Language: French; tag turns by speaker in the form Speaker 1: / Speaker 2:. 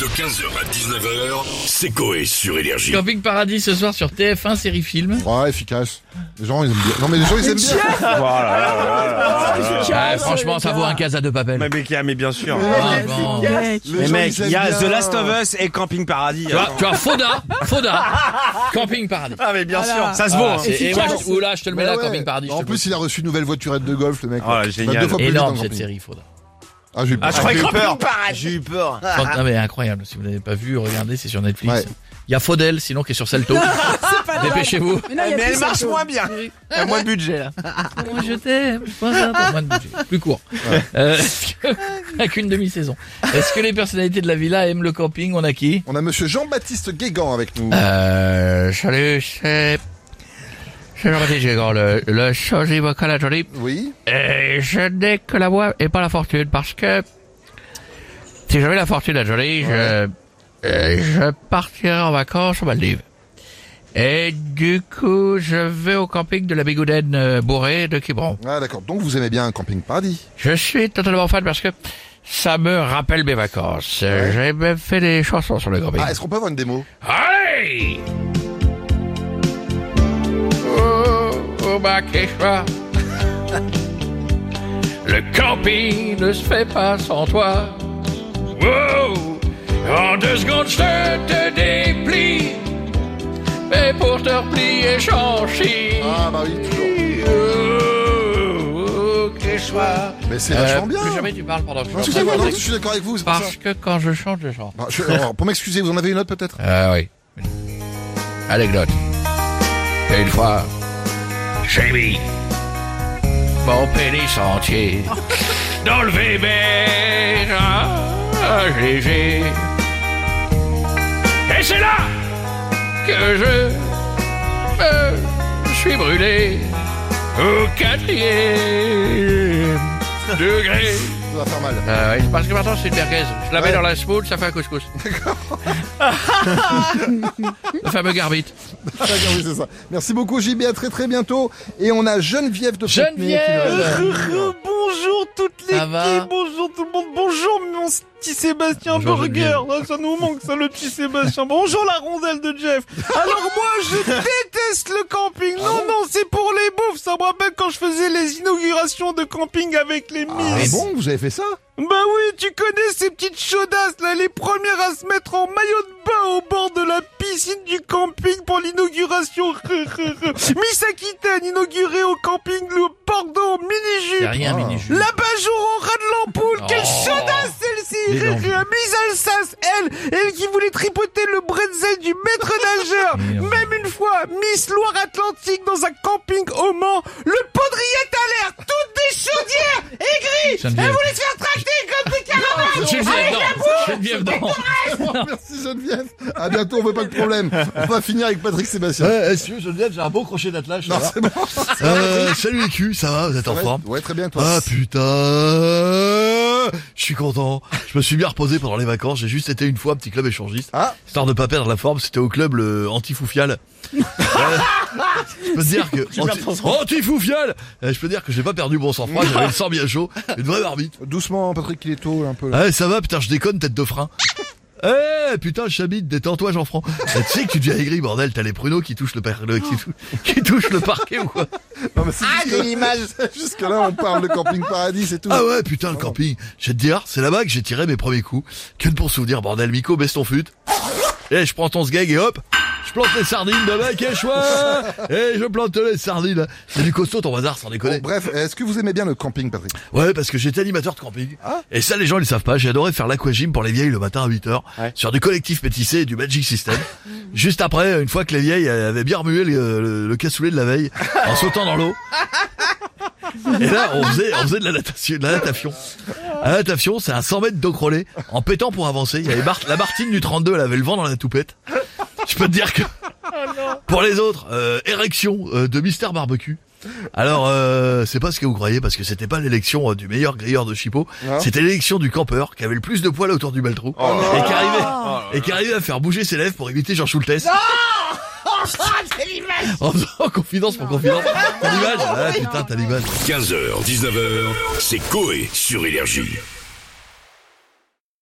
Speaker 1: De 15h à 19h, c'est Coé sur Énergie.
Speaker 2: Camping Paradis ce soir sur TF1 série film.
Speaker 3: Ouais, efficace. Les gens, ils aiment bien. Non, mais les gens, ils aiment bien.
Speaker 2: Ah, franchement, ça vaut un casa de papel.
Speaker 4: Mais Beckham, mais bien sûr.
Speaker 2: Ah, bon.
Speaker 3: Les
Speaker 4: Mais
Speaker 3: gens,
Speaker 4: mec,
Speaker 3: ils aiment
Speaker 4: il y a
Speaker 3: bien.
Speaker 4: The Last of Us et Camping Paradis.
Speaker 2: Tu vois, tu vois, Foda, Foda, Camping Paradis.
Speaker 4: Ah mais bien sûr, ça se vaut.
Speaker 2: Ah,
Speaker 4: hein.
Speaker 2: c'est- et moi, je- ou là, je te le mets
Speaker 3: Ouais,
Speaker 2: là,
Speaker 3: ouais.
Speaker 2: Camping Paradis. je
Speaker 3: Bah, En
Speaker 2: te le
Speaker 3: plus, il a reçu une nouvelle voiturette de golf, le mec.
Speaker 4: Oh,
Speaker 3: Il va
Speaker 4: génial.
Speaker 3: deux fois
Speaker 2: mets.
Speaker 3: plus vite en
Speaker 2: énorme cette
Speaker 3: camping.
Speaker 2: série, Foda.
Speaker 3: Ah, j'ai eu
Speaker 4: Ah, je croyais
Speaker 3: peur.
Speaker 4: Camping Paradis. J'ai eu peur.
Speaker 2: Non Ah, mais incroyable, si vous l'avez pas vu, regardez, c'est sur Netflix.
Speaker 3: Ouais.
Speaker 2: Il y a Faudel, sinon qui est sur Salto. Dépêchez-vous.
Speaker 5: Mais non, il y a
Speaker 4: Mais
Speaker 5: plus
Speaker 4: elle
Speaker 5: ça,
Speaker 4: marche
Speaker 5: toi.
Speaker 4: moins bien. Elle a moins de budget là.
Speaker 2: Moi je t'aime. Moins de budget. Plus court. Euh, est-ce que- avec une demi-saison. Est-ce que les personnalités de la villa aiment le camping On a qui
Speaker 3: On a monsieur Jean-Baptiste Guégan avec nous.
Speaker 2: euh, Salut, c'est... C'est Jean-Baptiste Guégan, le, le sosie vocal à Johnny.
Speaker 3: Oui.
Speaker 2: Et je n'ai que la voix et pas la fortune parce que si j'avais la fortune à Johnny, je, euh, je partirais en vacances aux Maldives. Et du coup, je vais au camping de la Bigoudaine euh, bourrée de Quiberon.
Speaker 3: Ah, d'accord. Donc, vous aimez bien un camping paradis.
Speaker 2: Je suis totalement fan parce que ça me rappelle mes vacances. Euh, J'ai même fait des chansons sur le camping.
Speaker 3: Ah, est-ce qu'on peut avoir une démo
Speaker 2: Allez Oh, oh, bah, Keshwa. Le camping ne se fait pas sans toi. Wow. En deux secondes, je te déplie. Mais pour te replier, j'en chie.
Speaker 3: Ah, bah oui, toujours.
Speaker 2: Oh, oh, Keshwa. Euh,
Speaker 3: Mais c'est
Speaker 4: Euh,
Speaker 3: vachement bien.
Speaker 2: Plus jamais tu parles pendant que je
Speaker 3: Non,
Speaker 2: chante.
Speaker 3: excusez-moi, non, je suis d'accord avec vous, c'est pour ça.
Speaker 2: Parce que quand je chante, je chante.
Speaker 3: Bah, je- alors, pour m'excuser, vous en avez une autre peut-être
Speaker 4: Euh.
Speaker 2: Ah oui. Anecdote. Il y a une fois, j'ai mis mon pénis entier dans le VB. léger. Et c'est là que je me suis brûlé au quatrième degré.
Speaker 3: Ça va faire mal.
Speaker 2: Ah oui, parce que maintenant c'est une merguez. Je la mets
Speaker 3: Ouais.
Speaker 2: dans la spoon, ça fait un couscous. Le fameux garbite.
Speaker 3: D'accord, oui, c'est ça. Merci beaucoup, JB. À très très bientôt. Et on a Geneviève de Fontenay qui nous
Speaker 2: Geneviève
Speaker 3: réserve.
Speaker 4: Bonjour toute
Speaker 2: Ça va
Speaker 4: l'équipe, bonjour tout le monde, bonjour mon petit Sébastien
Speaker 2: Bonjour,
Speaker 4: Burger, Ah, ça nous manque ça le petit Sébastien, bonjour la rondelle de Jeff. Alors moi je déteste le camping, non non c'est pour les bouffes, ça me rappelle quand je faisais les inaugurations de camping avec les
Speaker 3: Ah
Speaker 4: miss.
Speaker 3: bon, vous avez fait ça
Speaker 4: Bah oui, tu connais ces petites chaudasses là, les premières à se mettre en maillot de bain au bord de la piscine du camping pour l'inauguration. Miss Aquitaine inaugurée au camping le Bordeaux mini-jupe.
Speaker 2: C'est rien, mini-jupe.
Speaker 4: La Bajour au ras de l'ampoule, quelle
Speaker 2: Oh.
Speaker 4: chaudasse
Speaker 2: Dis
Speaker 4: celle-ci
Speaker 2: donc.
Speaker 4: Miss Alsace, elle, elle qui voulait tripoter le bretzel du maître nageur.
Speaker 2: Merde.
Speaker 4: Même une fois, Miss Loire-Atlantique dans un camping au Mans, le poudrier à l'air, toutes des chaudières aigries
Speaker 2: Geneviève. Ah,
Speaker 4: Elle voulait se faire tracter comme des caravanes
Speaker 2: Geneviève, non Geneviève, non
Speaker 3: Merci Geneviève. À bientôt, on veut pas de problème. On va finir avec Patrick Sébastien.
Speaker 6: Ouais, excuse, Geneviève, j'ai un beau crochet d'attelage. ça
Speaker 3: Non,
Speaker 6: va.
Speaker 3: c'est bon.
Speaker 6: Euh, salut les culs, ça va, vous êtes en
Speaker 3: Ouais,
Speaker 6: forme
Speaker 3: Ouais, très bien, toi.
Speaker 6: Ah putain Je suis content. Je me suis bien reposé pendant les vacances, j'ai juste été une fois petit club échangiste.
Speaker 3: Ah.
Speaker 6: Histoire de pas perdre la forme, c'était au club le antifoufial. Euh, je peux te dire que anti, antifoufial, Euh, je peux dire que j'ai pas perdu bon sang froid, j'avais le sang bien chaud, une vraie barbite.
Speaker 3: Doucement, hein, Patrick, il est tôt, là, un peu. là.
Speaker 6: Ouais, Eh, ça va, putain, je déconne, tête de frein. Eh putain, Chabit, détends-toi, Jean-Franc. Euh, tu sais que tu deviens aigri, bordel. T'as les pruneaux qui touchent le, par- le- qui, tou- qui touchent le parquet ou quoi
Speaker 3: Non, mais c'est jusque-
Speaker 4: l'image
Speaker 3: Jusque-là, on parle de camping paradis, c'est tout.
Speaker 6: Ah ouais, putain, le camping. Je vais te dire, c'est là-bas que j'ai tiré mes premiers coups. Que de bons souvenirs, bordel. Miko, baisse ton fut. Et je prends ton sgeg et hop, je plante les sardines de mec et chouin. Et je plante les sardines. C'est du costaud ton bazar, sans
Speaker 3: Bon,
Speaker 6: déconner.
Speaker 3: bref, est-ce que vous aimez bien le camping, Patrick
Speaker 6: Ouais, parce que j'étais animateur de camping. Et ça, les gens, ils le savent pas. J'ai adoré faire l'aquagym pour les vieilles le matin à 8h. Sur du collectif métissé et du Magic System. Juste après, une fois que les vieilles avaient bien remué le, le- le cassoulet de la veille, en sautant dans l'eau. Et là, on faisait, on faisait de la natation, de la natation. La natation, c'est à 100 mètres d'eau crôlée, en pétant pour avancer. Il y avait Mar- la Martine du 32, elle avait le vent dans la toupette. Je peux te dire que, pour les autres, euh, érection euh, de Mister Barbecue. Alors, euh, c'est pas ce que vous croyez, parce que c'était pas l'élection euh, du meilleur grilleur de chipot,
Speaker 3: Non.
Speaker 6: c'était l'élection du campeur qui avait le plus de poils autour du baltrou et, qui arrivait, et qui arrivait à faire bouger ses lèvres pour imiter Jean Schultes. en faisant confidence pour confidence. T'as l'image Ah putain, t'as l'image.
Speaker 1: 15h, 19h, c'est Coé sur Énergie.